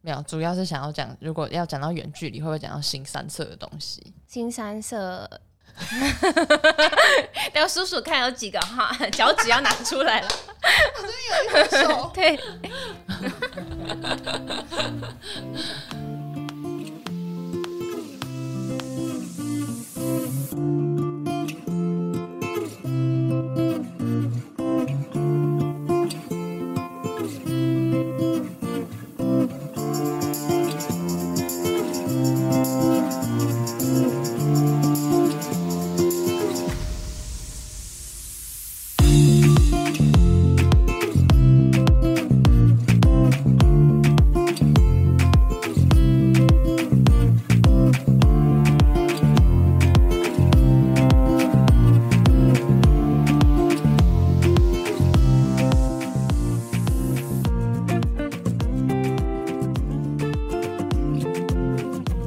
没有，主要是想要讲，如果要讲到远距离，会不会讲到新三色的东西？新三色， 等我数数看有几个哈，脚趾要拿出来了。，有一只手对，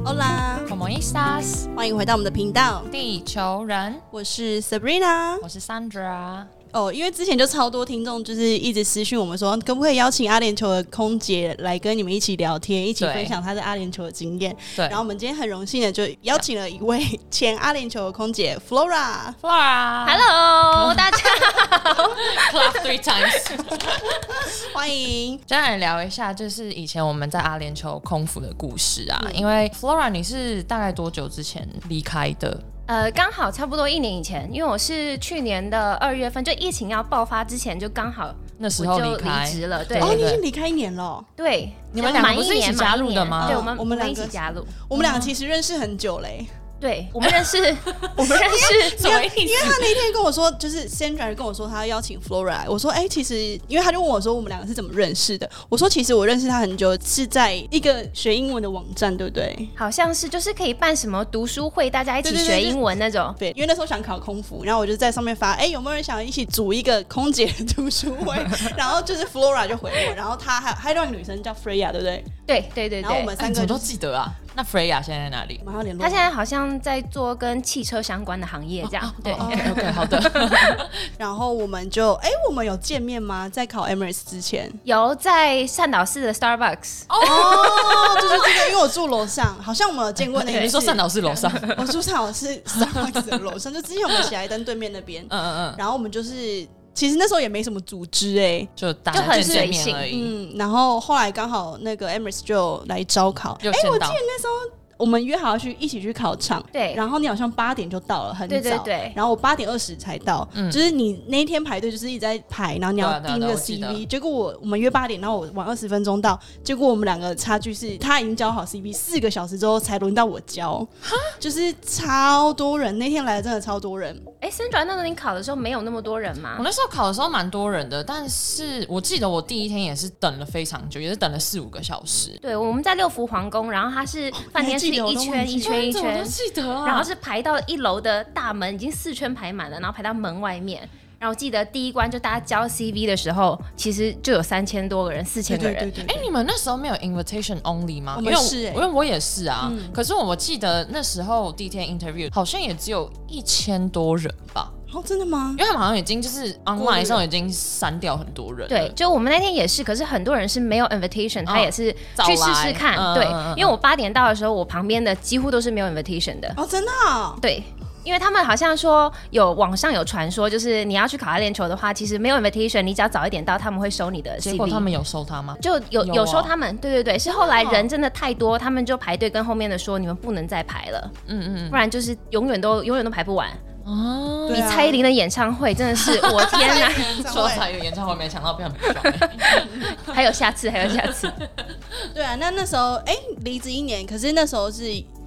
欧啦，我们一 stars 欢迎回到我们的频道，地球人，我是 Sabrina。我是 Sandra。哦，因为之前就超多听众就是一直私讯我们说，可不可以邀请阿联酋的空姐来跟你们一起聊天，一起对分享她在阿联酋的经验。对然后我们今天很荣幸的就邀请了一位前阿联酋的空姐 Flora。 ，Flora，Hello，clap Hello，大家 three times。 欢迎。再来聊一下，就是以前我们在阿联酋空服的故事啊。嗯因为 Flora，你是大概多久之前离开的？呃，刚好差不多一年以前，因为我是去年的二月份，就疫情要爆发之前，就刚好那时候我就离离开，职了。对哦，对你已经离开一年了哦。对，你们两就个满不是一一起年加入满一的年吗对，我们我我们们两一起个加入。我们俩其实认识很久嘞、对，我 们认识，我们认识什么意因为思？他那天跟我说，就是 Sandra 跟我说他要邀请 Flora，来我说哎、其实因为他就问我说我们两个是怎么认识的，我说其实我认识他很久，是在一个学英文的网站，对不对？好像是就是可以办什么读书会，大家一起对对对学对英文那种。对，因为那时候想考空服，然后我就在上面发，哎、有没有人想一起组一个空姐读书会？然后就是 Flora 就回我，然后她还还有另一个女生叫 Freya，对不对？对对对然后我们对。三你个怎么就都记得啊？那 Freya 现在在哪里？蛮有联络他。现在好像在做跟汽车相关的行业，这哦样啊对。 ，OK OK，好哦的。然后我们就哎、我们有见面吗？在考 Emirates 之前？有在善导寺的 Starbucks，哦，就是这个，因为我住楼上，好像我们有见过那个。你说善导是楼上？我住上我是 Starbucks 的楼上，就之前我们喜来登对面那边，嗯嗯嗯，然后我们就是其实那时候也没什么组织哎、就大就家很见见随面性而已。嗯，然后后来刚好那个 Emirates 就来招考，哎、又见我记到得那时候我们约好要去一起去考场，对然后你好像八点就到了，很早，对对对然后我八点二十才到，嗯就是你那一天排队就是一直在排，然后你要对啊对啊订对那啊个我记 CV，、得结果我我们约八点，然后我晚二十分钟到，结果我们两个差距是他已经交好 CV，四个小时之后才轮到我交，就是超多人，那天来的真的超多人，哎，森转那时候你考的时候没有那么多人我吗？那时候考的时候蛮多人的，但是我记得我第一天也是等了非常久，也是等了四五个小时。对，我们在六福皇宫，然后它是饭店是你还记得我一都忘圈记一圈一这我嗯圈都，记得啊。然后是排到一楼的大门，已经四圈排满了，然后排到门外面。然后我记得第一关就大家交 CV 的时候，其实就有三千多个人、四千个人，对哎、你们那时候没有 invitation only 吗？我因为们是欸因为我也是啊。嗯可是我记得那时候第一天 interview 好像也只有一千多人吧，哦，真的吗因？为他们好像已经就是 online 人上已经删掉很多人了。对，就我们那天也是，可是很多人是没有 invitation，、他也是哦早去试来试看。嗯对嗯嗯，因为我八点到的时候，我旁边的几乎都是没有 invitation 的。哦，真的哦、对，因为他们好像说有网上有传说，就是你要去考阿联酋的话，其实没有 invitation，你只要早一点到，他们会收你的 CV。结果他们有收他吗？就有有有哦时候他们，对对对，是后来人真的太多，他们就排队跟后面的说，你们不能再排了，嗯嗯不然就是永远都永远都排不完。嗯。哦，对你啊蔡依林的演唱会真的是，我天 哪！ 说才有演唱会没抢到票，很不爽 欸、还有下次，还有下次。对啊，那那时候哎，离职一年，可是那时候是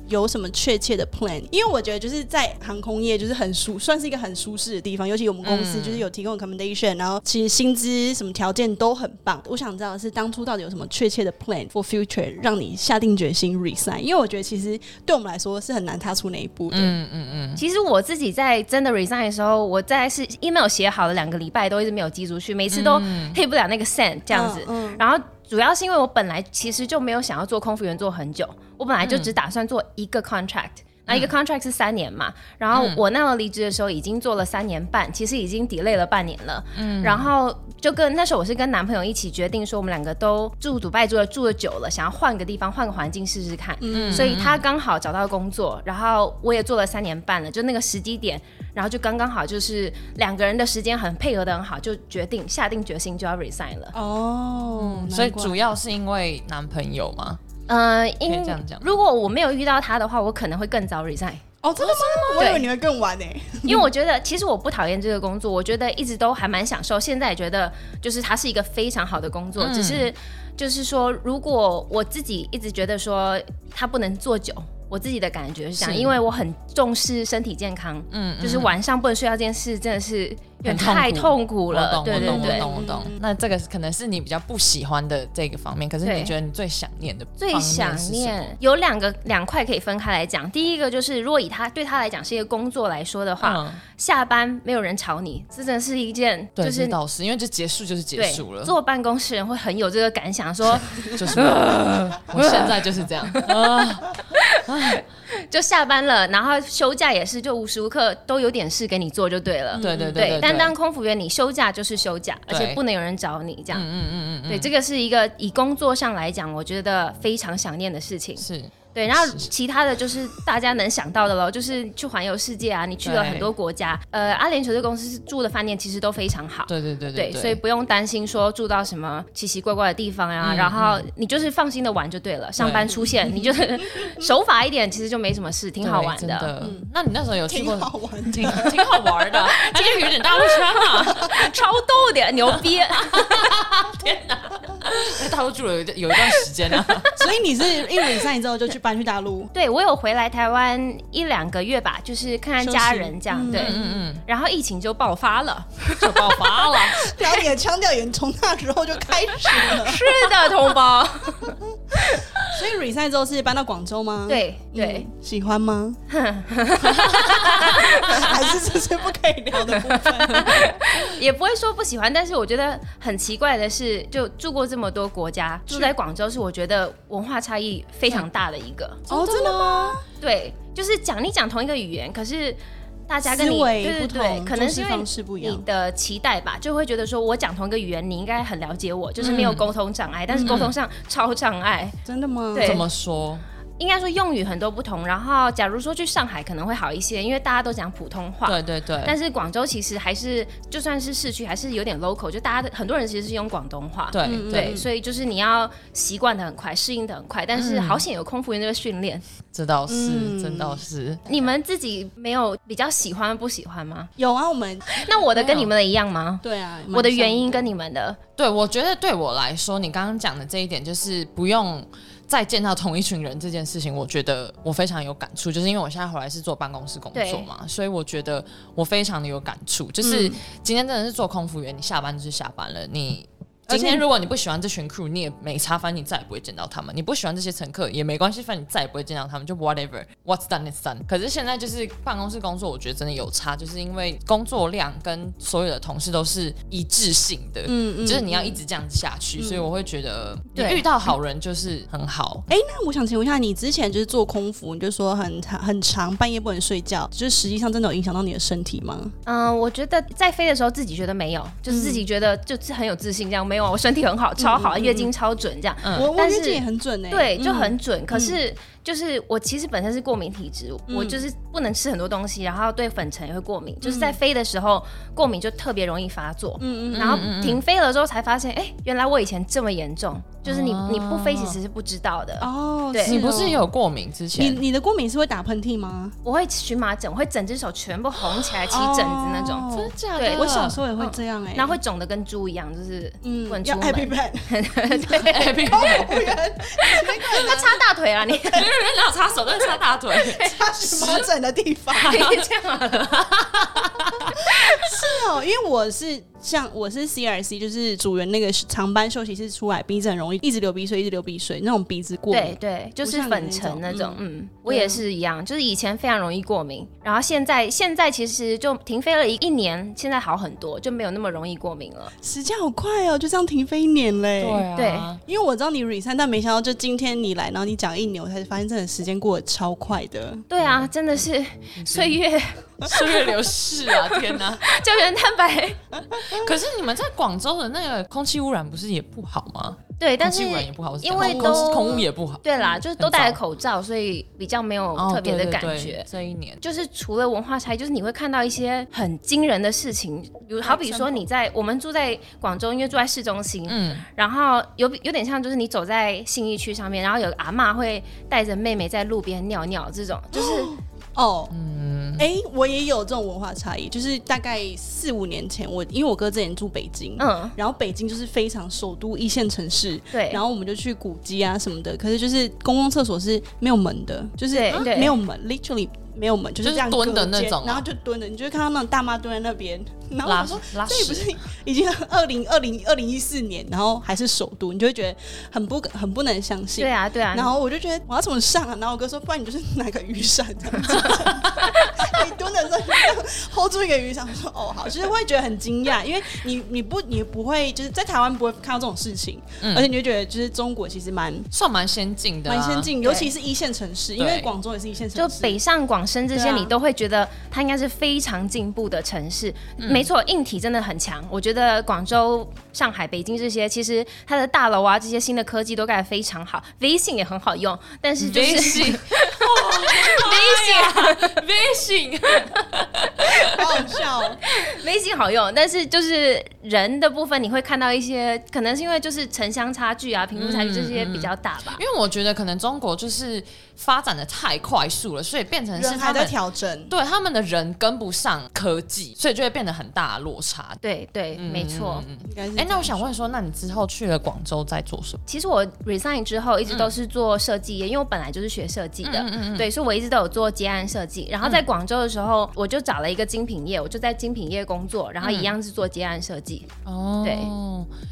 有什么确切的 plan？因为我觉得就是在航空业就是很舒，算是一个很舒适的地方，尤其我们公嗯司就是有提供 accommodation，、然后其实薪资什么条件都很棒。我想知道的是当初到底有什么确切的 plan for future，让你下定决心 resign？因为我觉得其实对我们来说是很难踏出那一步的。嗯嗯嗯，其实我自己在真的 resign 的时候，我在是 email 写好了两个礼拜，都一直没有寄出去，每次都 hit 不了那个 send 这样子。嗯嗯然后主要嗯是因为我本来其实就没有想要做空服员做很久，我本来就只打算做一个 contract，、那一个 contract 是三年嘛，然后我那时候离职的时候已经做了三年半，其实已经 delay 了半年了。嗯，然后就跟那时候我是跟男朋友一起决定说，我们两个都住迪拜住了住了久了，想要换个地方换个环境试试看。嗯，所以他刚好找到工作，然后我也做了三年半了，就那个时机点，然后就刚刚好就是两个人的时间很配合的很好，就决定下定决心就要 resign 了。哦，嗯所以难怪主要是因为男朋友嘛，嗯，因可以这样讲如果我没有遇到他的话，我可能会更 早 resign。哦，真的吗？我对以为你会更晚欸呢。因为我觉得，其实我不讨厌这个工作，我觉得一直都还蛮享受。现在也觉得，就是它是一个非常好的工作，嗯只是就是说，如果我自己一直觉得说它不能做久，我自己的感觉是这样，是因为我很重视身体健康，嗯，就是嗯晚上不能睡觉这件事真的是有点很痛苦太痛苦我了。懂，对我对懂，我对，懂，我懂。那这个可能是你比较不喜欢的这个方面，可是对你觉得你最想念的最方面想是什么念有两个两块可以分开来讲。第一个就是，如果以他对他来讲是一个工作来说的话，嗯，下班没有人吵你，这真的是一件对，就是这倒是，因为就结束就是结对，束了，坐办公室人会很有这个感想，说 就是我现在就是这样，啊就下班了，然后休假也是，就无时无刻都有点事给你做就对了。对对对，对，但当空服员，你休假就是休假，而对且不能有人找你这样。嗯嗯嗯嗯对，这个是一个以工作上来讲，我觉得非常想念的事情。是对，然后其他的就是大家能想到的喽，就是去环游世界啊，你去了对很多国家。呃，阿联酋这公司住的饭店其实都非常好。对对对对，嗯对，所以不用担心说住到什么奇奇怪怪的地方呀、嗯然后你就是放心的玩就对了。上班出现，你就是守法一点，其实就没什么事，挺好玩对的。嗯真的。那你那时候有去挺过？好玩的。挺挺好玩的，啊还是有点大陆圈嘛， 超逗的，牛逼！在大陆住了有一段有一段时间 啊。所以你是一 resign 之后就去搬去大陆，对我有回来台湾一两个月吧，就是看看家人这样。休息对，嗯嗯然后疫情就爆发了。嗯，就爆发了。 然后你的腔调也从那时候就开始了。是的，同胞。 所以 resign 之后是搬到广州吗？对嗯，对，喜 欢吗？还是这是不可以聊的部 分？也不会说不喜欢，但是我觉得很奇怪的是，就住过这么多国家，住在广州是我觉得文化差异非常大的一个。哦，真的吗？对，就是讲你讲同一个语言，可是大家跟思你对维对不对，同，可能做是事因为方式不一你样。的期待吧，就会觉得说我讲同一个语言，你应该很了解我，就是嗯没有沟通障碍，但是沟通上超障碍。真的吗？对怎么说？应该说用语很多不同，然后假如说去上海可能会好一些，因为大家都讲普通话。对对对但是广州其实还是，就算是市区，还是有点 local，就大家的很多人其实是用广东话。对对，对，所以就是你要习惯的很快，适应的很快。但是好险有空服员这个训练，这倒是，嗯这倒是。你们自己没有比较喜欢不喜欢吗？有啊，我们那我的跟你们的一样吗？对啊，我的原因跟你你们的对，我觉得对我来说，你刚刚讲的这一点就是不用再见到同一群人这件事情，我觉得我非常有感触，就是因为我现在回来是做办公室工作嘛，所以我觉得我非常的有感触。就是嗯今天真的是做空服员，你下班就是下班了，你。而今且天如果你不喜欢这群 crew，你也没差，反正你再也不会见到他们。你不喜欢这些乘客也没关系，反正你再也不会见到他们，就 whatever，what's done is done。可是现在就是办公室工作，我觉得真的有差，就是因为工作量跟所有的同事都是一致性的，嗯嗯就是你要一直这样下去，所以我会觉得你嗯对遇到好人就是很好。哎、那我想请问一下，你之前就是做空服，你就说很长很长，半夜不能睡觉，就是实际上真的有影响到你的身体吗？嗯、我觉得在飞的时候自己觉得没有，就是自己觉得嗯就是很有自信这样，没有啊我身体很好，超好，月经超准这样，嗯我我但是月经也很准呢、对，就嗯嗯很准。可是就是我其实本身是过敏体质，我就是不能吃很多东西，然后对粉尘也会过敏，就是在飞的时候过敏就特别容易发作。嗯嗯然后停飞了之后才发现，哎、原来我以前这么严重，就是你、你不飞其实是不知道的。哦，对是你哦不是有过敏之你前？你的过敏是会打喷嚏吗？我会荨麻疹，我会整只手全部红起来起疹子那种，哦假对我小 时候也会这样哎、然后会肿的跟猪一样，就是嗯不能出 要 happy 门。 pad，候，哎，别不然那擦大腿啊你，人老插手，但是插大腿， 它是麻疹的地方。你这样啊哦，因为我是像我是 CRC，就是组员那个长班休息室出来，鼻子很容易一直流鼻水，一直流鼻水，那种鼻子过敏 对。对，就不是像你粉那尘种那种，嗯，我对也啊是一样，就是以前非常容易过敏，然后现在现在其实就停飞了一一年，现在好很多，就没有那么容易过敏了。时间好快哦，就这样停飞一年嘞。啊，对因为我知道你 resign，但没想到就今天你来，然后你讲一年，我才发现真的时间过得超快的。对啊，真的是 岁月岁月流逝啊，天 哪！胶原蛋白。可是你们在广州的那个空气污染不是也不好吗？对，但空是气污染也不好，我是因讲为空都空污也不好，嗯对啦，就是都很戴糟口罩，所以比较没有哦特别的对对感对觉。这一年就是除了文化差异，就是你会看到一些很惊人的事情，比如好比说你在我们住在广州，因为住在市中心，嗯然后有有点像就是你走在信义区上面，然后有个阿嬷会带着妹妹在路边尿尿，这种就是哦，哎、我也有这种文化差异，就是大概四五年前，我因为我哥之前住北京，嗯然后北京就是非常首都一线城市，对然后我们就去古迹啊什么的，可是就是公共厕所是没有门的，就是对啊对没有门，literally 没有门，就就是这样蹲的隔间那种啊然后就蹲的，你就会看到那种大妈蹲在那边，然后拉我说。拉这不屎，是已经二零二零二零一四年，然后还是首都，你就会觉得很不很不能相信。对啊对啊，然后我就觉得我要怎么上啊？然后我哥说，不然你就是拿个雨伞这 样子。你蹲的时候你这样 hold 住一个雨伞，我说哦好，就是会觉得很惊讶，因为你你不你不会就是在台湾不会看到这种事情，嗯而且你就觉得就是中国其实蛮算蛮先进的，啊蛮先。进，对尤其是一线城市，因为广州也是一线城就市，北上广深这些，对啊你都会觉得它应该是非常进步的城市。没错，硬体真的很强。我觉得广州、上海、北京这些，其实它的大楼啊，这些新的科技都盖得非常好，微信也很好用。但是就是微 信，微微信，好好笑哦。信微信好用，但是就是人的部分，你会看到一些，可能是因为就是城乡差距啊、贫富差距这些比较大吧。因为我觉得可能中国就是发展的太快速了，所以变成是人他还在们调整，对他们的人跟不上科技，所以就会变得很大的落差。对对，没错。应该是这哎、样那我想问说，那你之后去了广州在做什么？其实我 resign 之后一直都嗯是做设计业，因为我本来就是学设计的，对，所以我一直都有做接案设计。然后嗯在广州的时候，我就找了一个精品业，我就在精品业工作，然后嗯一样是做接案设计。哦对。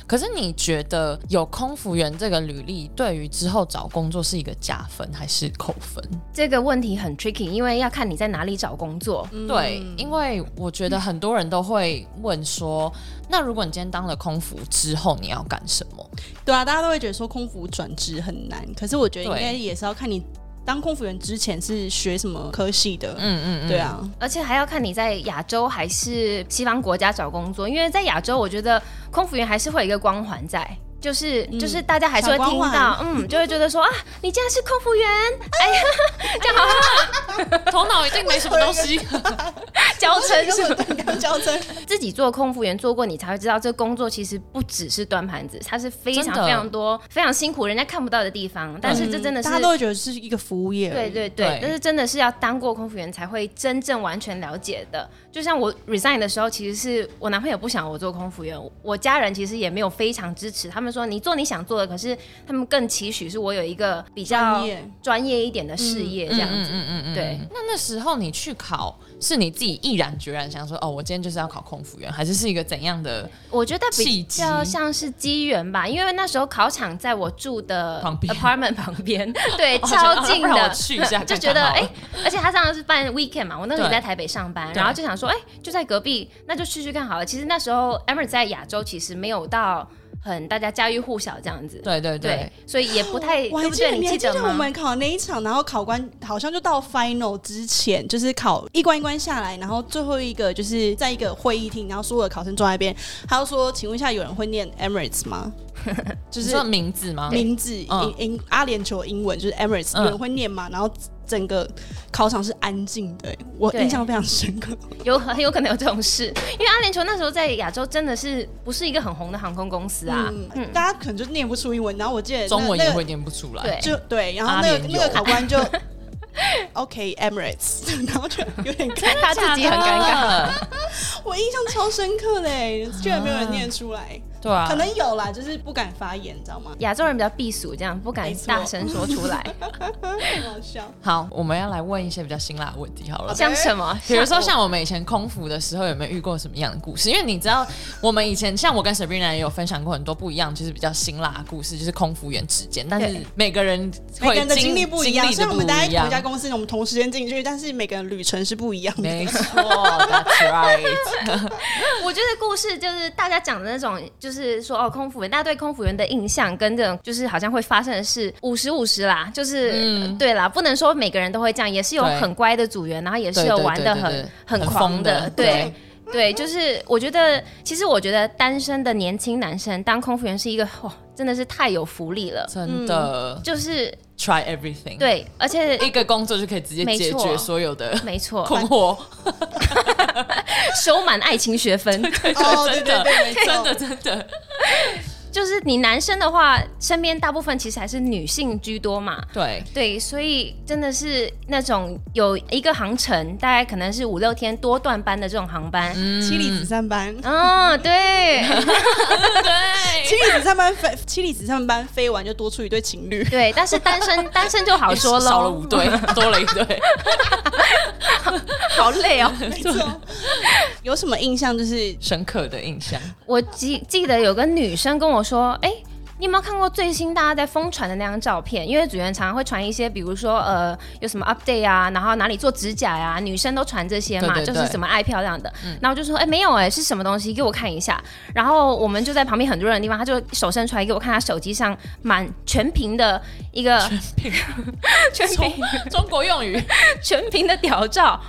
可是你觉得有空服员这个履历，对于之后找工作是一个加分还是扣分？这个问题很 tricky，因为要看你在哪里找工作。嗯对，因为我觉得很多人都会问说，那如果你今天当了空服之后，你要干什么？对啊，大家都会觉得说空服转职很难，可是我觉得应对该也是要看你当空服员之前是学什么科系的。嗯嗯嗯，对啊，而且还要看你在亚洲还是西方国家找工作，因为在亚洲，我觉得空服员还是会有一个光环在。就是就是大家还是会嗯小光听到，嗯，就会觉得说啊，你竟然是空服员，哎 哎 头脑一定没什么东西。教程是 是教真，自己做空服员做过，你才会知道这工作其实不只是端盘子，它是非常真的非常多、非常辛苦、人家看不到的地方。但是这真的是嗯大，家都会觉得是一个服务业而对已。对对，对但是真的是要当过空服员才会真正完全了解的。就像我 resign 的时候，其实是我男朋友不想我做空服员，我家人其实也没有非常支持，他们说你做你想做的，可是他们更期许是我有一个比较专业专业一点的事业这样嗯子。对，那那时候你去考，是你自己毅然决然想说，哦，我今天就是要考空服员，还是是一个怎样的？我觉得比契机较像是机缘吧，因为那时候考场在我住的旁边 apartment 旁 边，对，哦想超近让我的，去一下 就看觉得看好哎、了而且他上次是办 weekend 嘛，我那时候也对在台北上班，对然后就想说，哎、就在隔壁，那就去去看好了。其实那时候 e m e r 在亚洲其实没有到很大家家喻户晓这样子，对对哦对。对，所以也不太，我对还不记得，对？你还记记得得我吗？们考那一场，然后考官好像就到 final 之前，就是考一关一关下来，然后最后一个就是在一个会议厅，然后所有的考生坐在那边，他就说：“请问一下，有人会念 Emirates 吗？”就你是说名字吗？名字英嗯英阿联酋英文就是 Emirates，嗯有人会念吗？然后整个考场是安静的，我对印象非常深刻。有很有可能有这种事，因为阿联酋那时候在亚洲真的是不是一个很红的航空公司啊，嗯，大家可能就念不出英文，然后我记得那中文那也个会念不出来。 对就对，然后那阿个联酋那个考官就 OK Emirates，然后就有点尴他尬。自己很尴尬。尬。我印象超深刻嘞，居然没有人念出来， 对啊可，能有啦，就是不敢发言，你知道吗？亚洲人比较避暑，这样不敢没错大声说出 来， 很好笑。好，我们要来问一些比较辛辣的问题好了。像什么？比如说我像我们以前空服的时候，有没有遇过什么样的故事？因为你知道，我们以前像我跟 Sabrina 也有分享过很多不一样，就是比较辛辣的故事，就是空服员之间，但是对每个人每会个人的经经历不一样，经历虽的然我不们待一在同一家样。公司，我们同时间进去，但是每个人旅程是不一样 的。没错，That's right。我觉得故事就是大家讲的那种，就是说哦，空服员，大家对空服员的印象跟这种就是好像会发生的事五十五十啦，就是、嗯对啦，不能说每个人都会这样，也是有对很乖的组员，然后也是有对对玩的对很对对很很狂疯的对。嗯对，就是我觉得，其实我觉得单身的年轻男生当空服员是一个，哦，真的是太有福利了。真的、就是 t r y everything。，对，而且一个工作就可以直接没解错决所有的 没错，困惑。 收满爱情学分。哦，真对对的 对，没真错的，真的，就是你男生的话，身边大部分其实还是女性居多嘛。对，对，所以真的是那种有一个航程，大概可能是五六天多段班的这种航班。嗯，妻离子散班，对哎妻离子散班飞，妻离子散班飞完就多出一对情侣。对，但是单身单身就好说咯 少了五 对，多了一对。好累哦。没错，有什么印象？就是深刻的印 象，我记记得有个女生跟我说，哎、你有没有看过最新大家在疯传的那张照片？因为组员常常会传一些，比如说呃有什么 update 啊，然后哪里做指甲呀、女生都传这些对嘛，对对嗯就是怎么爱漂亮的。然后我就说，哎、没有哎、是什么东西？给我看一下。然后我们就在旁边很多人的地方，他就手伸出来给我看他手机上满全屏的一个全中屏中国用语，全屏的 屌照，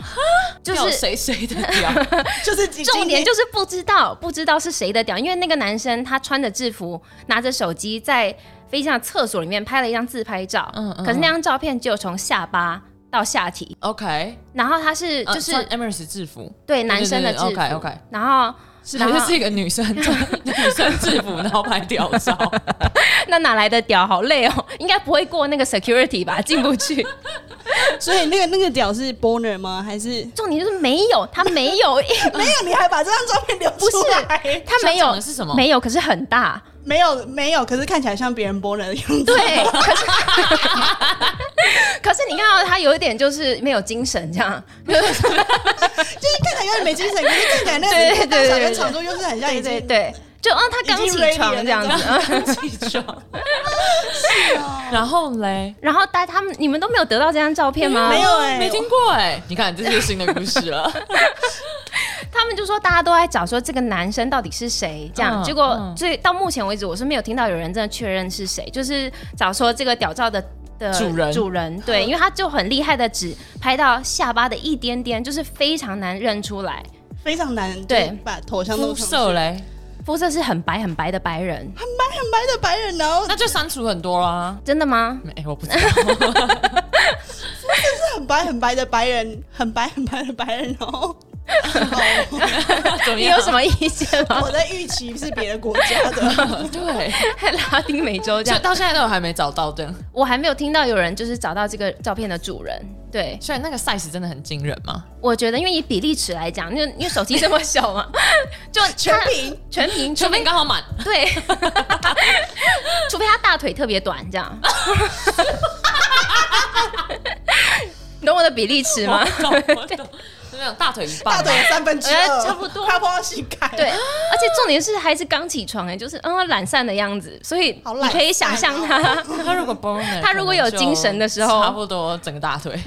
就掉是谁谁的屌， 就是重点就是不知道，不知道是谁的屌，因为那个男生他穿着制服，拿着手机在飞机上的厕所里面拍了一张自拍照，嗯嗯可是那张照片只有从下巴到下体， OK，然后他是呃就是、穿 Emirates 制服，对男生的制服 OK OK，然后是然后就是一个女 生女生制服，然后拍吊照，那哪来的屌？好累哦，应该不会过那个 security 吧，进不去。所以那个那个屌是 boner 吗？还是 重点就是没有，他没 有， 没有？你还把这张照片留不是出来？他想没讲有的是什么没有，可是很大。没有没有，可是看起来像别人 boner 的样子。对，可 是可是你看到他有一点就是没有精神这样，就是看起来有点没精神，可是看起来那个对对对大对小跟对长度又是很像，对已经对对，就啊，他刚已起经 ready 床了这样 那子。嗯刚起床，啊然后嘞。然后大家他们你们都没有得到这张照片吗？没有哎、没听过哎、你看这就是新的故事 了。他们就说大家都在找说这个男生到底是谁，这样。嗯结果嗯最到目前为止，我是没有听到有人真的确认是谁，就是找说这个屌照的。的主人主人对，因为他就很厉害的，只拍到下巴的一点点，就是非常难认出来。非常难，对就是把头像肤弄上去色嘞，肤色是很白很白的白人，很白很白的白人，哦然后那就删除很多啦。真的吗？哎、我不知道， 很白很白的白人，很白很白的白人，哦然后。怎么你样？有什么意见吗？哦 我在预期是别的国家的， 对，拉丁美洲这就 样，到现在都还没找到的。我还没有听到有人就是找到这个照片的主人。对，虽然那个 size 真的很惊人嘛，我觉得，因为以比例尺来讲，因为因为手机这么小嘛， 就全它屏全屏，说除不定非刚好 满。对，除非他大腿特别短，这样。 你懂我的比例尺吗？懂，我懂，就那种大腿一半，大腿有三分之哎二，差不多快破到膝盖。对，，而且重点是还是刚起床哎、就是嗯懒散的样子，所以好你懒可以想象他， 他如果 boner，他如果有精神的时候差不多整个大 腿。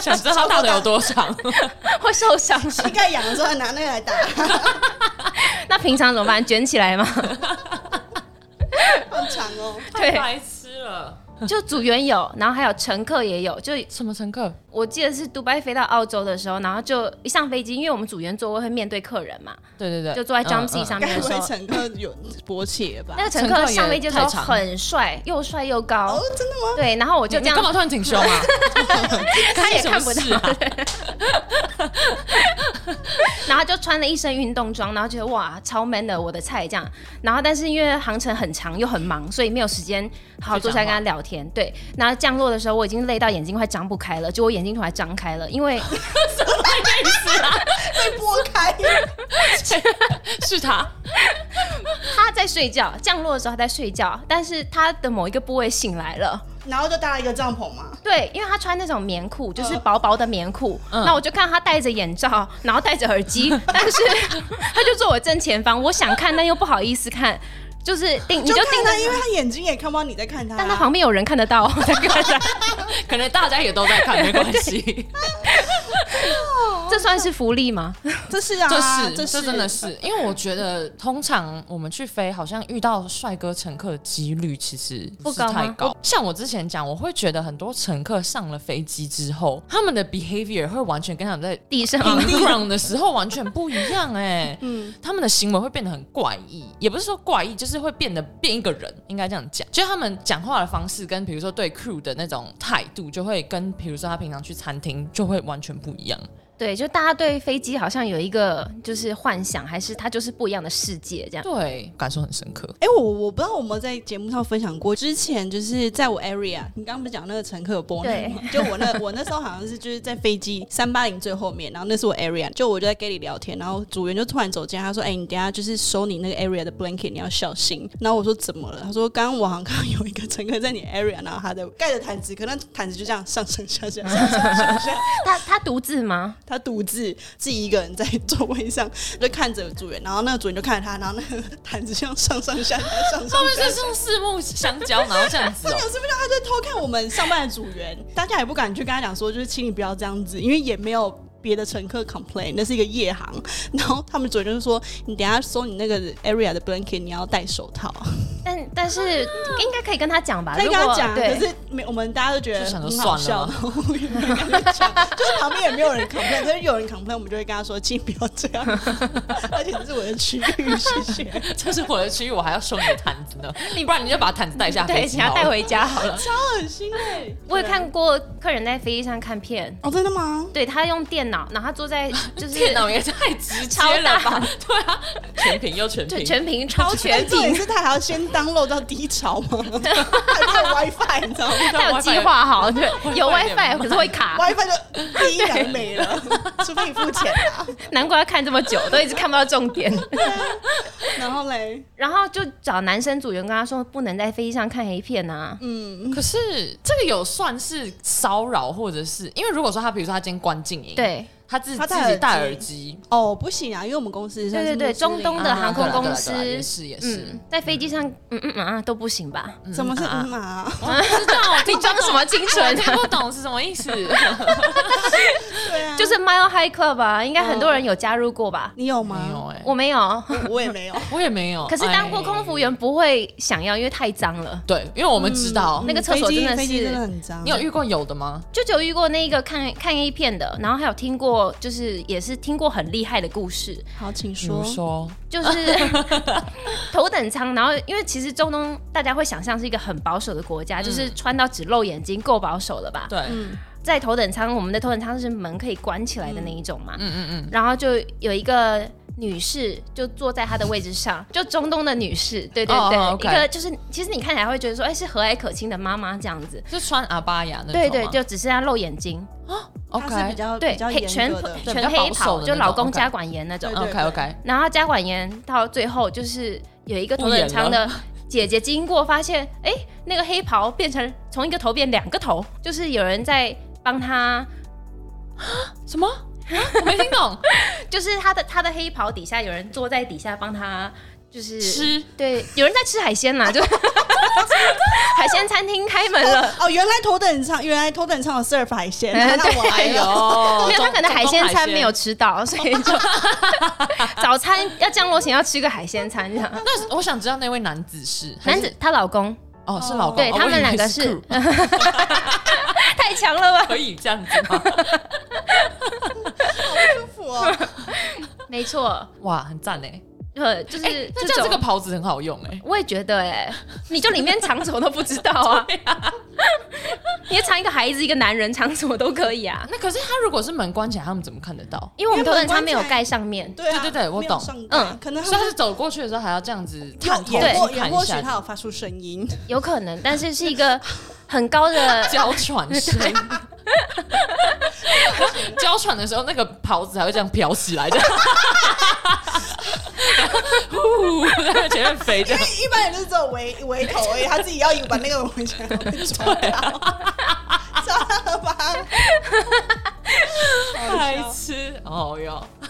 想知道他大腿有多长？会受伤。膝盖痒的时候还拿那个来打，那平常怎么办？卷起来吗？好长哦。对 太白痴了。就组员有，然后还有乘客也有，就什么乘客？我记得是杜拜飞到澳洲的时候，然后就一上飞机，因为我们组员座位会面对客人嘛，对对对，就坐在 jump seat 嗯上面该的不时会 候，乘客有勃起了吧那？个乘乘客客也上飞机的时候太长很帅，又帅又高哦，，真的吗？对，然后我就嗯这你干嘛样，突然挺胸 啊？他也看不是到，啊，然后就穿了一身运动装，然后觉得哇超 man 的我的菜这样。然后但是因为航程很长又很忙，所以没有时间好好坐下来跟他聊嗯天。对，然后降落的时候我已经累到眼睛快张不开了，就我眼睛突然张开了，因为被拨开，是他，他在睡觉，降落的时候他在睡觉，但是他的某一个部位醒来了。 然后就搭了一个帐篷嘛。对，因为他穿那种棉裤，就是薄薄的棉裤。那、我就看他戴着眼罩， 然后戴着耳机， 但是他就坐我正前方，我想看，但又不好意思看，就是盯，你就就看盯着他，因为他眼睛也看不到你在看他、啊但他旁边有人看得到，我在看他可能大家也都在看，没关 系。这算是福利吗？这是啊，这是这这真的是，因为我觉得通常我们去飞，好像遇到帅哥乘客的几率其实不是高吗太高。像我之前讲，我会觉得很多乘客上了飞机之后，他们的 behavior 会完全跟他们在 地上 on ground 的时候完全不一样哎、 嗯，他们的行为会变得很怪异，也不是说怪异，就是会变得变一个人，应该这样讲。就是他们讲话的方式跟比如说对 crew 的那种态度，就会跟比如说他平常去餐厅就会完全不一样。对，就大家对飞机好像有一个就是幻想，还是它就是不一样的世界这样。对，感受很深刻。哎、我我不知道我有没有在节目上分享过，之前就是在我 area，你刚刚不是讲那个乘客有 b o 对吗？就我那我那时候好像是就是在飞机三八零最后面，然后那是我 area，就我就在跟你聊天，然后组员就突然走进来，他说：“哎、你等一下就是收你那个 area 的 blanket，你要小心。”然后我说：“怎么了？”他说：“刚刚我好像看到有一个乘客在你 area，然后他的盖着毯子，可能毯子就这样上上下下，上上下下。”他他独自吗？他独自自己一个人在座位上，就看着主人，然后那个主人就看着他，然后那个毯子像上上下下上上他们下是下。像四目相交，然后这样子他哦、 们有是不是他在偷看我们上班的组员？大家也不敢去跟他讲说，就是请你不要这样子，因为也没有别的乘客 complain，那是一个夜航。然后他们主人就是说，你等一下收你那个 area 的 blanket，你要戴手套。但但是应该可以跟他讲吧。他跟啊如他果讲，可对，是没，我们大家都觉得就想说很好算笑，了然后我也没有跟他讲，就是旁边也没有人 complain，可是有人 complain，我们就会跟他说，请不要这样， 而且这是我的区域，谢谢。这是我的区域，我还要收你的毯子呢，你不然你就把毯子带下飞 机对，请他好了带回家好了。超恶心哎、我有看过客人在飞机上看片，哦，真的吗？对他用电脑，然后他坐在就是电脑也太直接超了大吧？对啊，全屏又全对屏，全屏超哎全重点屏，是他还要先 download 到低潮吗？还没有 WiFi，你知道吗他有计划好，对，有 WiFi 可是会卡， ？WiFi 就第一秒没了，除非你付钱啊。难怪要看这么久，都一直看不到重点。 然后嘞，然后就找男生组员跟他说，不能在飞机上看 A 片啊。嗯，可是这个有算是骚扰，或者是因为如果说他比如说他今天关静音，，对他自己他自戴耳己戴机耳机，哦，不行啊，因为我们公司算对是对对，穆斯中林东的航空公司啊对啦对啦对啦也是也是嗯，在飞机上，嗯嗯啊都不行吧？什么是嗯啊？哦我不知道你装什么啊清我纯听不懂是什么意思。对 啊，就是 Mile High Club 啊，应该很多人有加入过吧？你有没有吗？哎，我没有，我我也没有。我也没有。可是当过空服哎员不会想要，因为太脏了。对，因为我们知道那个厕所飞机真的飞机是真的很脏。你有遇过有的吗？就只有遇过那一个看看 A 片的，然后还有听过，就是也是听过很厉害的故事，好，请比说如。说，就是 头等舱，然后因为其实中东大家会想象是一个很保守的国嗯家，就是穿到只露眼睛够保守了吧？对，嗯在头等舱，我们的头等舱是门可以关起来的那一种嘛，嗯嗯嗯，然后就有一个。女士就坐在她的位置上，就中东的女士，对对哦对哦，OK 一个就是其实你看起来会觉得说，哎、是和蔼可亲的妈妈这样子，是穿阿巴雅那种对对，吗就只是她露眼睛，它是比 OK 较对，比较黑全严格的。对全比较黑保守袍，的就那老种公，OK 加管严那种对。 OK OK，然后加管严到最后就是有一个头不演等舱的姐姐经过，发现哎、诶那个黑袍变成从一个头变两个头，就是有人在帮她，什么？我没听懂，就是她的她的黑袍底下有人坐在底下帮她，就是吃 对，有人在吃海鲜啦，就 海鲜餐厅开门了。哦，原来头等舱，原来头等舱有 serve 海鲜，嗯那我还哎呦 有。，没有，他可能中海鲜餐没有。吃到，所以就 早餐要降落前要吃个海鲜餐这样。中海鲜那我想知道那位男子是还男是子她老公，哦，是老公，对哦他们两个是 太强了吧？ 可以这样子吗？舒服哦，哦没错， 哇，很赞哎！呃，就是那这这样这种。个袍子很好用哎、我也觉得哎、 你就里面藏什么都不知道 啊！你也藏一个孩子，一个男人，藏什么都可以啊。那可是他如果是门关起来，他们怎么看得到？因为我们头等舱没有因为门关起来盖上面，对啊对对对我没有懂上当嗯可能所以他他们是走过去的时候还要这样子探有头也或去也看或一许下，他有发出声音，有可能，但是是一个很高 的娇喘声。 娇喘的时候，那个袍子还会这样飘起来，这 样，呼，在前面飞这 样。一般人就是只有围围头而已，他自己要把那个围起来，对啊，算了吧。白痴哦哟！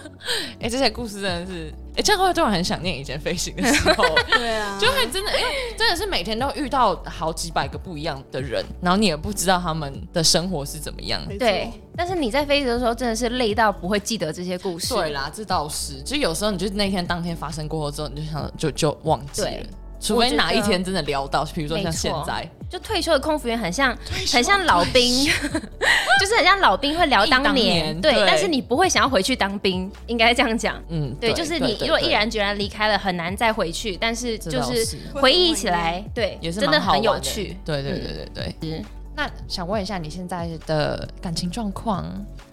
哎、这些故事真的是，哎、这样会突然很想念以前飞行的时候，对啊，就会真的，因为真的是每天都遇到好几百个不一样的人，然后你也不知道他们的生活是怎么样。没错对，但是你在飞的时候真的是累到不会记得这些故事。对啦，这倒是，就有时候你就那天当天发生过后之后，你就想就就忘记了对，除非哪一天真的聊到，比如说像现在，就退休的空服员很像休很像老兵， 就是很像老兵会聊当 忆当年，年对，对但是你不会想要回去当兵，应该这样讲。嗯，对，就是你如果毅。对然决然离开了，很难再回去。但是这就倒是是回忆起来，对，也是真的蛮好很有玩的趣。嗯对对对对对。是那想问一下你现在的感情状况，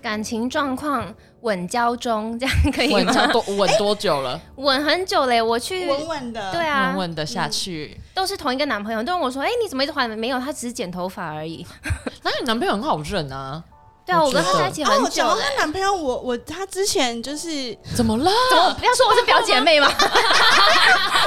感情状况稳交中，这样可以稳交吗？多稳多久了？稳很久嘞，我去，稳稳 的，对啊稳，稳的下去。都是同一个男朋友，都问我说，哎，你怎么一直还没有？他只是剪头发而已。那你男朋友很好认啊？对啊，我我觉跟得他在一起啊，很我久讲到嘞她。男朋友，我我她之前就是，怎么了？怎么不要说我是表姐妹吗？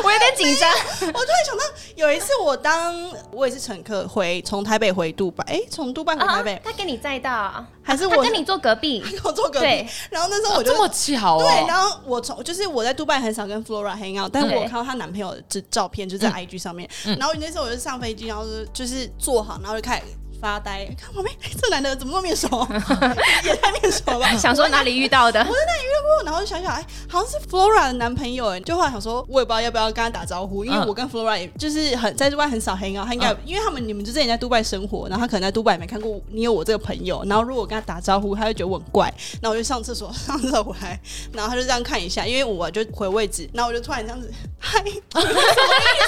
我有点紧张。 我突然想到有一次我当我也是乘客回从台北回杜拜，哎、从杜拜回台北，啊他跟你载到，还是啊他我跟你坐隔壁。跟我坐隔壁对，然后那时候我 就这么巧对，然哦？后我从就是我在杜拜很少跟 Flora hang out，但对我看到她男朋友的照照片就在 IG 上面，然后那时候我就上飞机，然后就就是坐好，然后就开始发呆，看旁边哎这男的怎么那么面熟， 也太面熟了吧。想说哪里遇到的？然后然后就想想，哎，好像是 Flora 的男朋友，哎，就后来想说，我也不知道要不要跟他打招呼，因为嗯我跟 Flora 也就是很在杜拜很少 hang out，他应该、因为他们你们就之前在杜拜生活，然后他可能在杜拜也没看过你有我这个朋友，然后如果我跟他打招呼，他就觉得我很怪，然后我就上厕所， 上厕所回来，然后他就这样看一下，因为我就回位置，然后我就突然这样子，嗨， 什么意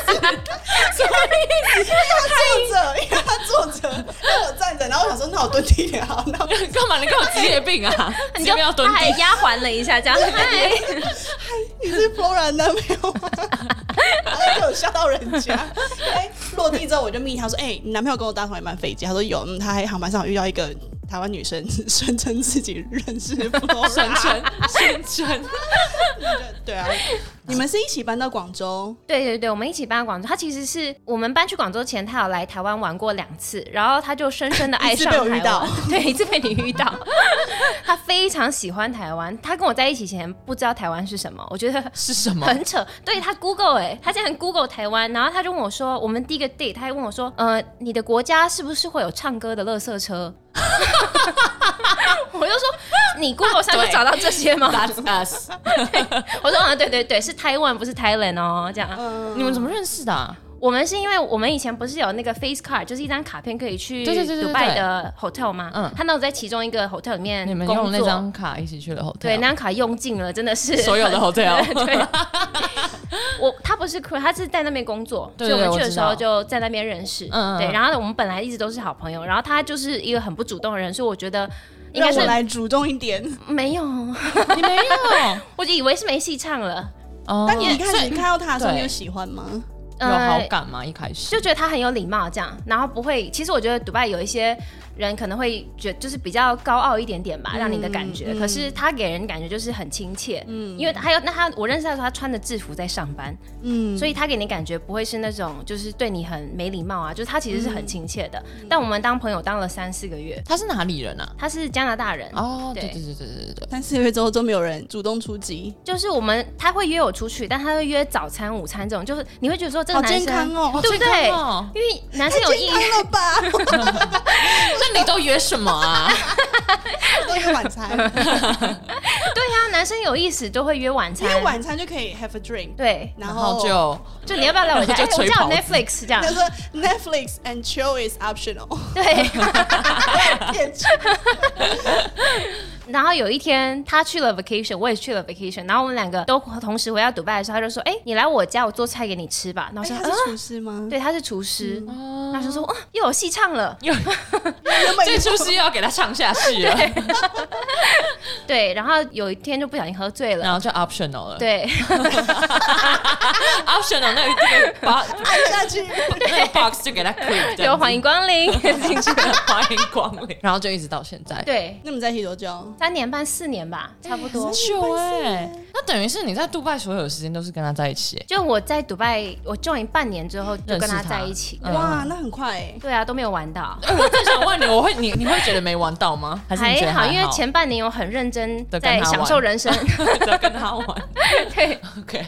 思？什么意思？因为他坐着，因为他坐着，然后我站着，然后我想说，那我蹲低一点好，然后 干嘛？你给我职业病啊？ 你你就就要蹲他还地。丫鬟了一下，这样。嗨，你是 Flora 男朋友吗？然后就有吓到人家。哎，落地之后我就密他说：“哎、你男朋友跟我搭同一班飞机？”他说：“有。”嗯，他还航班上有遇到一个台湾女生，声称自己认识 Flora。神成神成，对啊，你们是一起搬到广州？对对对，我们一起搬到广州。他其实是我们搬去广州前，他有来台湾玩过两次，然后他就深深的爱上一次被我台遇到湾。对，一次被你遇到。 他非常喜欢台湾。他跟我在一起前不知道台湾是什么，我觉得 是什么？很扯，对他 Google 哎、他竟然 Google 台湾，然后他就问我说，我们第一个 date，他还问我说，呃，你的国家是不是会有唱歌的垃圾车？ 我就说，你 Google 啊上就对找到这些吗？ That's us。我说，啊，对对对，是台湾，不是 Thailand 哦，这样。嗯，你们怎么认识的啊？我们是因为我们以前不是有那个 face card，就是一张卡片可以去对对对对迪对拜的 hotel 吗？嗯他那时候在其中一个 hotel 里面你们工用作，那张卡一起去了 hotel。对那张卡用尽了，真的是所 有的 hotel 对，我他不是 crew，他是在那边工作，对所以对我们我去的知时候道就在那边认识。嗯嗯对。嗯然后呢，我们本来一直都是好朋友，然后他就是一个很不主动的人，所以我觉得应该让是我来主动一点。没有，你没 有？我就以为是没戏唱了，哦但你一开始看到他的时候，对你有喜欢吗？呃有好感吗？一开始就觉得他很有礼貌这样，然后不会。其实我觉得迪拜有一些人可能会觉就是比较高傲一点点吧，让你的感觉。嗯可是他给人感觉就是很亲切，嗯因为还有那他我认识他的时候，他穿着制服在上班，嗯，所以他给你感觉不会是那种就是对你很没礼貌啊，就是他其实是很亲切的。嗯但我们当朋友当了三四个月，他是哪里人啊？他是加拿大人，哦，嗯对对对对对对对对。但四个月之后都没有人主动出击，就是我们他会约我出去，但他会约早餐、午餐这种，就是你会觉得说这个好男生健康哦，对不对健康哦因为男生有意健康了吧？ 那你都约什么 啊？都有晚 餐，对啊，男生有意思都会约晚因餐，为晚餐就可以 have a drink，对，然然后后就就你要不要来我家？哎 就我吹家有袍子 Netflix 这样他，说 Netflix and chill is optional。对，点去然后有一天他去了 vacation，我也去了 vacation，然后我们两个都同时回到迪拜的时候，他就说：“哎、你来我家，我做菜给你吃吧。”然后我哎说：“嗯、他是厨师吗？对，他是厨师。嗯然后就说：“哇、 又有戏 唱了。”原本这出戏要给他唱下去啊 了，对，然后有一天就不小心喝醉了。然后就 optional 了。对， ，optional 那个 box 按啊下去，那个 box 就给他 quit，这就样子欢迎光 临。进去了，欢迎光 临，然后就一直到现在。对，那你们在一起多久？三年半四年吧，差不多很。久哎、那等于是你在杜拜所有的时间都是跟他在一起、欸，就我在迪拜，我 join 半年之后就认跟识他他在一起。嗯哇，那很快欸对啊，都没有玩到，哎、我正想问你，我会你你会觉得没玩到吗？还是你觉得好，好？因 为前半年我很认真地跟在他享玩受人生。 在跟他 玩对， ，OK，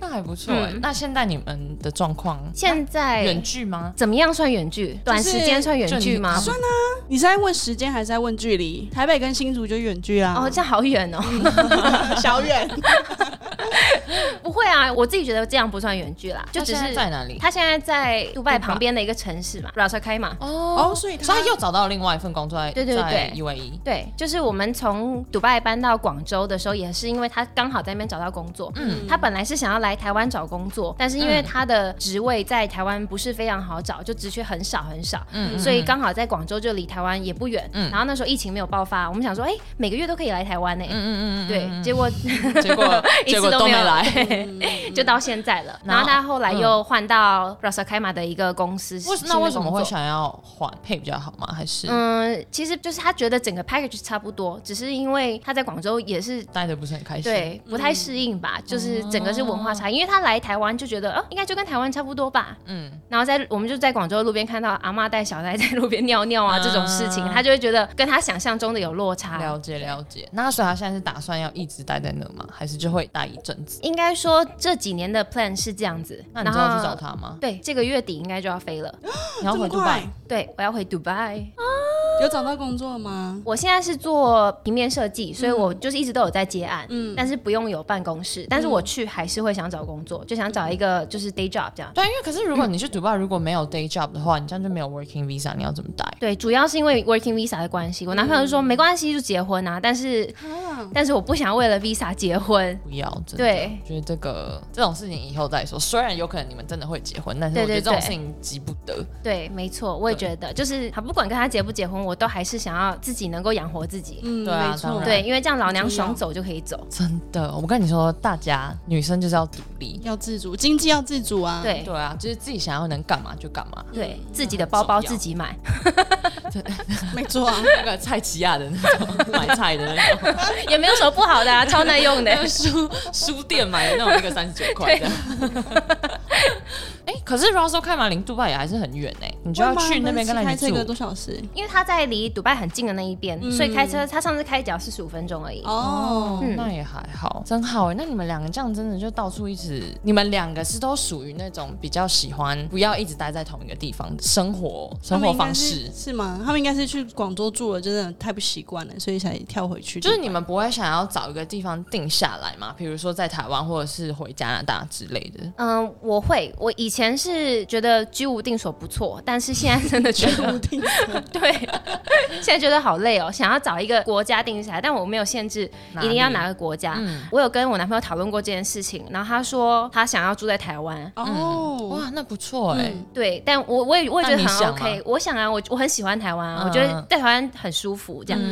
那还不错哎、那现在你们的状况，现在远距吗？怎么样算远距？短时间算远距吗？就你你是在问时间还是在问距离？台北跟新竹就远距啊啦，哦，这样好远哦！小 远。 不会啊，我自己觉得这样不算远距啦，就他只现在是在哪里他现在在杜拜旁边的一个城市嘛 r a s a k a 嘛。哦哦所以他所以他又找到另外一份工作在对对对在 E， UAE，对，就是我们从迪拜搬到广州的时候，也是因为他刚好在那边找到工作。嗯，他本来是想要来台湾找工作，但是因为他的职位在台湾不是非常好找，就职缺很少很少。嗯，所以刚好在广州就离台湾也不远。嗯，然后那时候疫情没有爆发，我们想说，哎，每个月都可以来台湾呢。嗯嗯嗯，对，结果结果 一结次果都都没没有来，就到现在了。然然后嗯后他后来又换到 Rasa k a m a 的一个公司，为新的那为什么工会作想要换配比较好吗？还是嗯，其实就是他觉得整个 package 差不多，只是因为他在广州也是待的不是很嗯哦开心？，对不太适应吧，就是整个是文化差异。因为他来台湾就觉得，哦，应该就跟台湾差不多吧。嗯，然后在我们就在广州的路边看到阿嬷带小孩在路边尿尿啊这种事情，啊他就会觉得跟他想象中的有落差。了解了解。那所以他现在是打算要一直待在那吗？还是就会待一阵子？应该说这几年的 plan 是这样子，那你知然道后去找他吗？对，这个月底应该就要飞了。你要这回么杜拜快？对，我要回 Dubai。有找到工作了吗？我现在是做平面设计，所以我就是一直都有在接案，嗯但是不用有办公室，但是我去还是会想找工作，就想找一个嗯就是 day job 这样。对，因为可是如果你去 Dubai 如果没有 day job 的话，你这样就没有 working visa，你要怎么待？对，主要是因为 working visa 的关系，我男朋友就说、没关系就结婚啊，但是嗯啊，但是我不想为了 visa 结 婚。不要，真的对，我觉得这个这种事情以后再说。虽然有可能你们真的会结婚，但是对我觉得对这种对事情急不得。对，没错，我也觉得，就是他不管跟他结不结婚，我都还是想要自己能够养活自己。嗯对啊没当错，然对，因为这样老娘爽重要走就可以走。真的，我跟你说，大家女生就是要独立。要自主，经济要自主啊。，对对啊，就是自己想要能干嘛就干嘛。对，嗯自己的包包很重要自己买， 没错啊。那个蔡奇亚的那种 买菜的那种也没有什么不好的啊，超耐用的。 书 书店买的那种，一个三十九块的。 哎、可是 Russell 开马林杜拜也还是很远哎、你就要去那边跟他开一起车一个住。多小时因为他在离迪拜很近的那一边，嗯所以开车他上次开脚四十五分钟而已。哦哦，，嗯那也还好，真好哎、那你们两个这样真的就到处一直，你们两个是都属于那种比较喜欢不要一直待在同一个地方生活他生们活应该方是式，是吗？他们应该是去广州住了，真的太不习惯了，所以才跳回去。就是你们不会想要找一个地方定下来嘛？比如说在台湾或者是回加拿大之类的。嗯、我会，我以前是觉得居无定所不错，但是现在真的觉 得固定对，现在觉得好累哦，想要找一个国家定下来，但我没有限制哪一里嗯定要哪个国家。我有跟我男朋友讨论过这件事情，然后他说他想要住在台湾。哦，哇，那不错哎、嗯对，但我我也我也觉那得你很想吗 OK。我想啊，我我很喜欢台湾啊，嗯我觉得在台湾很舒服，这样。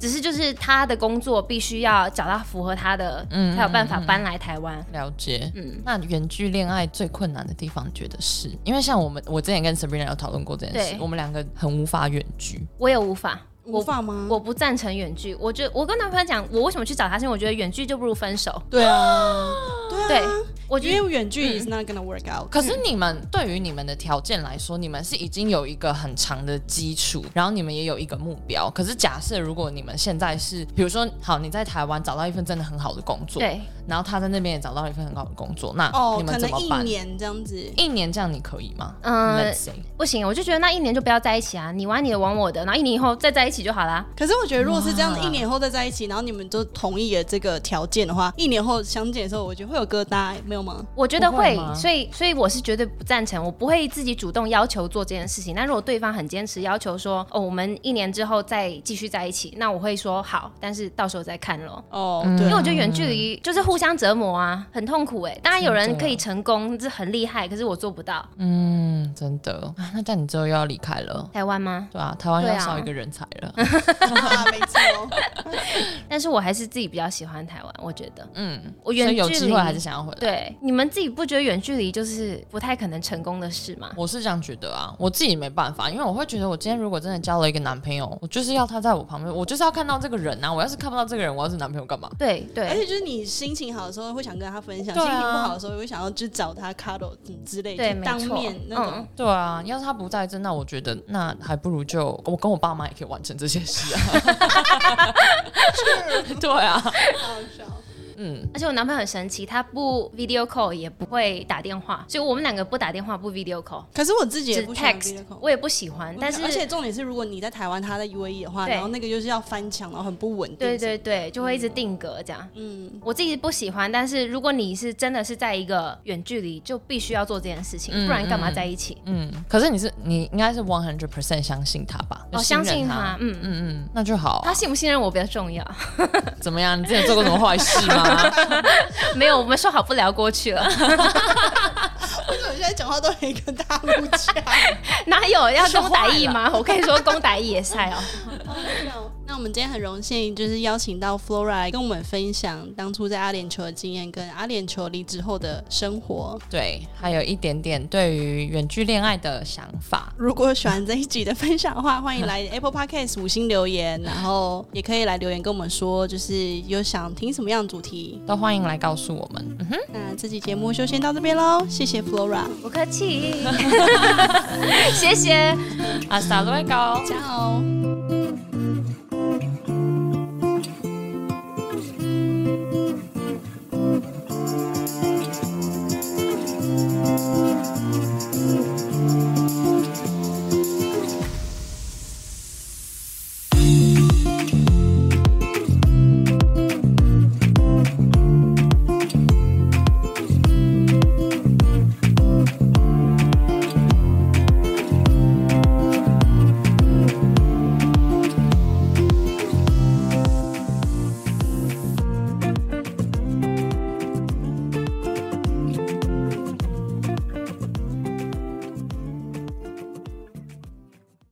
只是就是他的工作必须要找到符合他的，嗯才有办法搬来台湾。了解，嗯，那远距恋爱最困难的地方，你觉得是因为像我们，我之前跟 Sabrina 有讨论过这件事对，我们两个很无法远距，我也无法，无我法吗？我不赞成远距。我觉得我跟男朋友讲，我为什么去找他，是因为我觉得远距就不如分手。对啊，嗯对对啊，，我觉因得为远距 is not gonna work out。可是你们对于你们的条件来说，你们是已经有一个很长的基础，然后你们也有一个目标。可是假设如果你们现在是，比如说，好，你在台湾找到一份真的很好的工作，对，然后他在那边也找到一份很好的工作，那哦你，可们怎能么一办？年这样子，一年这样你可以吗？嗯 Let's say 不行，我就觉得那一年就不要在一起啊，你玩你的，我玩我的，然后一年以后再在一起就好啦。可是我觉得，如果是这样，一年后再在一起，然后你们都同意了这个条件的话，一年后相见的时候，我觉得会有疙瘩，没没有吗？我觉得不会会，吗所以所以我是绝对不赞成，我不会自己主动要求做这件事情。那如果对方很坚持要求说，哦，我们一年之后再继续在一起，那我会说好，但是到时候再看咯。哦，嗯对，因为我觉得远距离就是互相折磨啊，很痛苦哎、当然有人可以成功，这很厉害，可是我做不到。嗯，真的。啊那但你之后又要离开了。台湾吗？对啊，台湾对要啊少一个人才了。 啊没错，但是我还是自己比较喜欢台湾，我觉得嗯，所我远以距离有机会还是想要回来。对你们自己不觉得远距离就是不太可能成功的事吗？我是这样觉得啊，我自己没办法，因为我会觉得，我今天如果真的交了一个男朋友，我就是要他在我旁边，我就是要看到这个人啊。我要是看不到这个人，我要是男朋友干嘛？对对，而且就是你心情好的时候会想跟他分享，对啊心情不好的时候会想要就找他 cuddle 嗯之类，对就没当错面那种嗯。对啊，要是他不在这，那我觉得那还不如就我跟我爸妈也可以完成这些事啊。 对啊， 好笑。嗯，而且我男朋友很神奇，他不 video call 也不会打电话，所以我们两个不打电话不 video call，可是我自己也只不喜欢 text， video call 我也不喜欢。但是而且重点是，如果你在台湾，他在 UAE 的话，对然后那个就是要翻墙，然后很不稳定。对，对对，就会一直定格这样。嗯，我自己不喜欢，但是如果你是真的是在一个远距离，就必须要做这件事情，嗯不然干嘛嗯在一起？嗯，可是你是你应该是 one hundred percent 相信他吧？我、就哦相任信他他，，嗯嗯，嗯嗯，那就好啊、 他信不信任我比较重要。怎么样？你之前做过什么坏事吗？ 没有，我们说好不聊过去了，为什么现在讲话都有一个大陆 腔？ 哪有要说公打坏义了吗？我可以说公打义也晒哦。好笑那我们今天很荣幸，就是邀请到 Flora 来跟我们分享当初在阿联酋的经验，跟阿联酋离职后的生活。对，还有一点点对于远距恋爱的想法。如果喜欢这一集的分享的话，欢迎来 Apple Podcast 五星留言，然后也可以来留言跟我们说，就是有想听什么样的主题。都欢迎来告诉我们。嗯哼，那这期节目就先到这边喽，谢谢 Flora， 不客 气，谢谢。阿萨罗高。加油！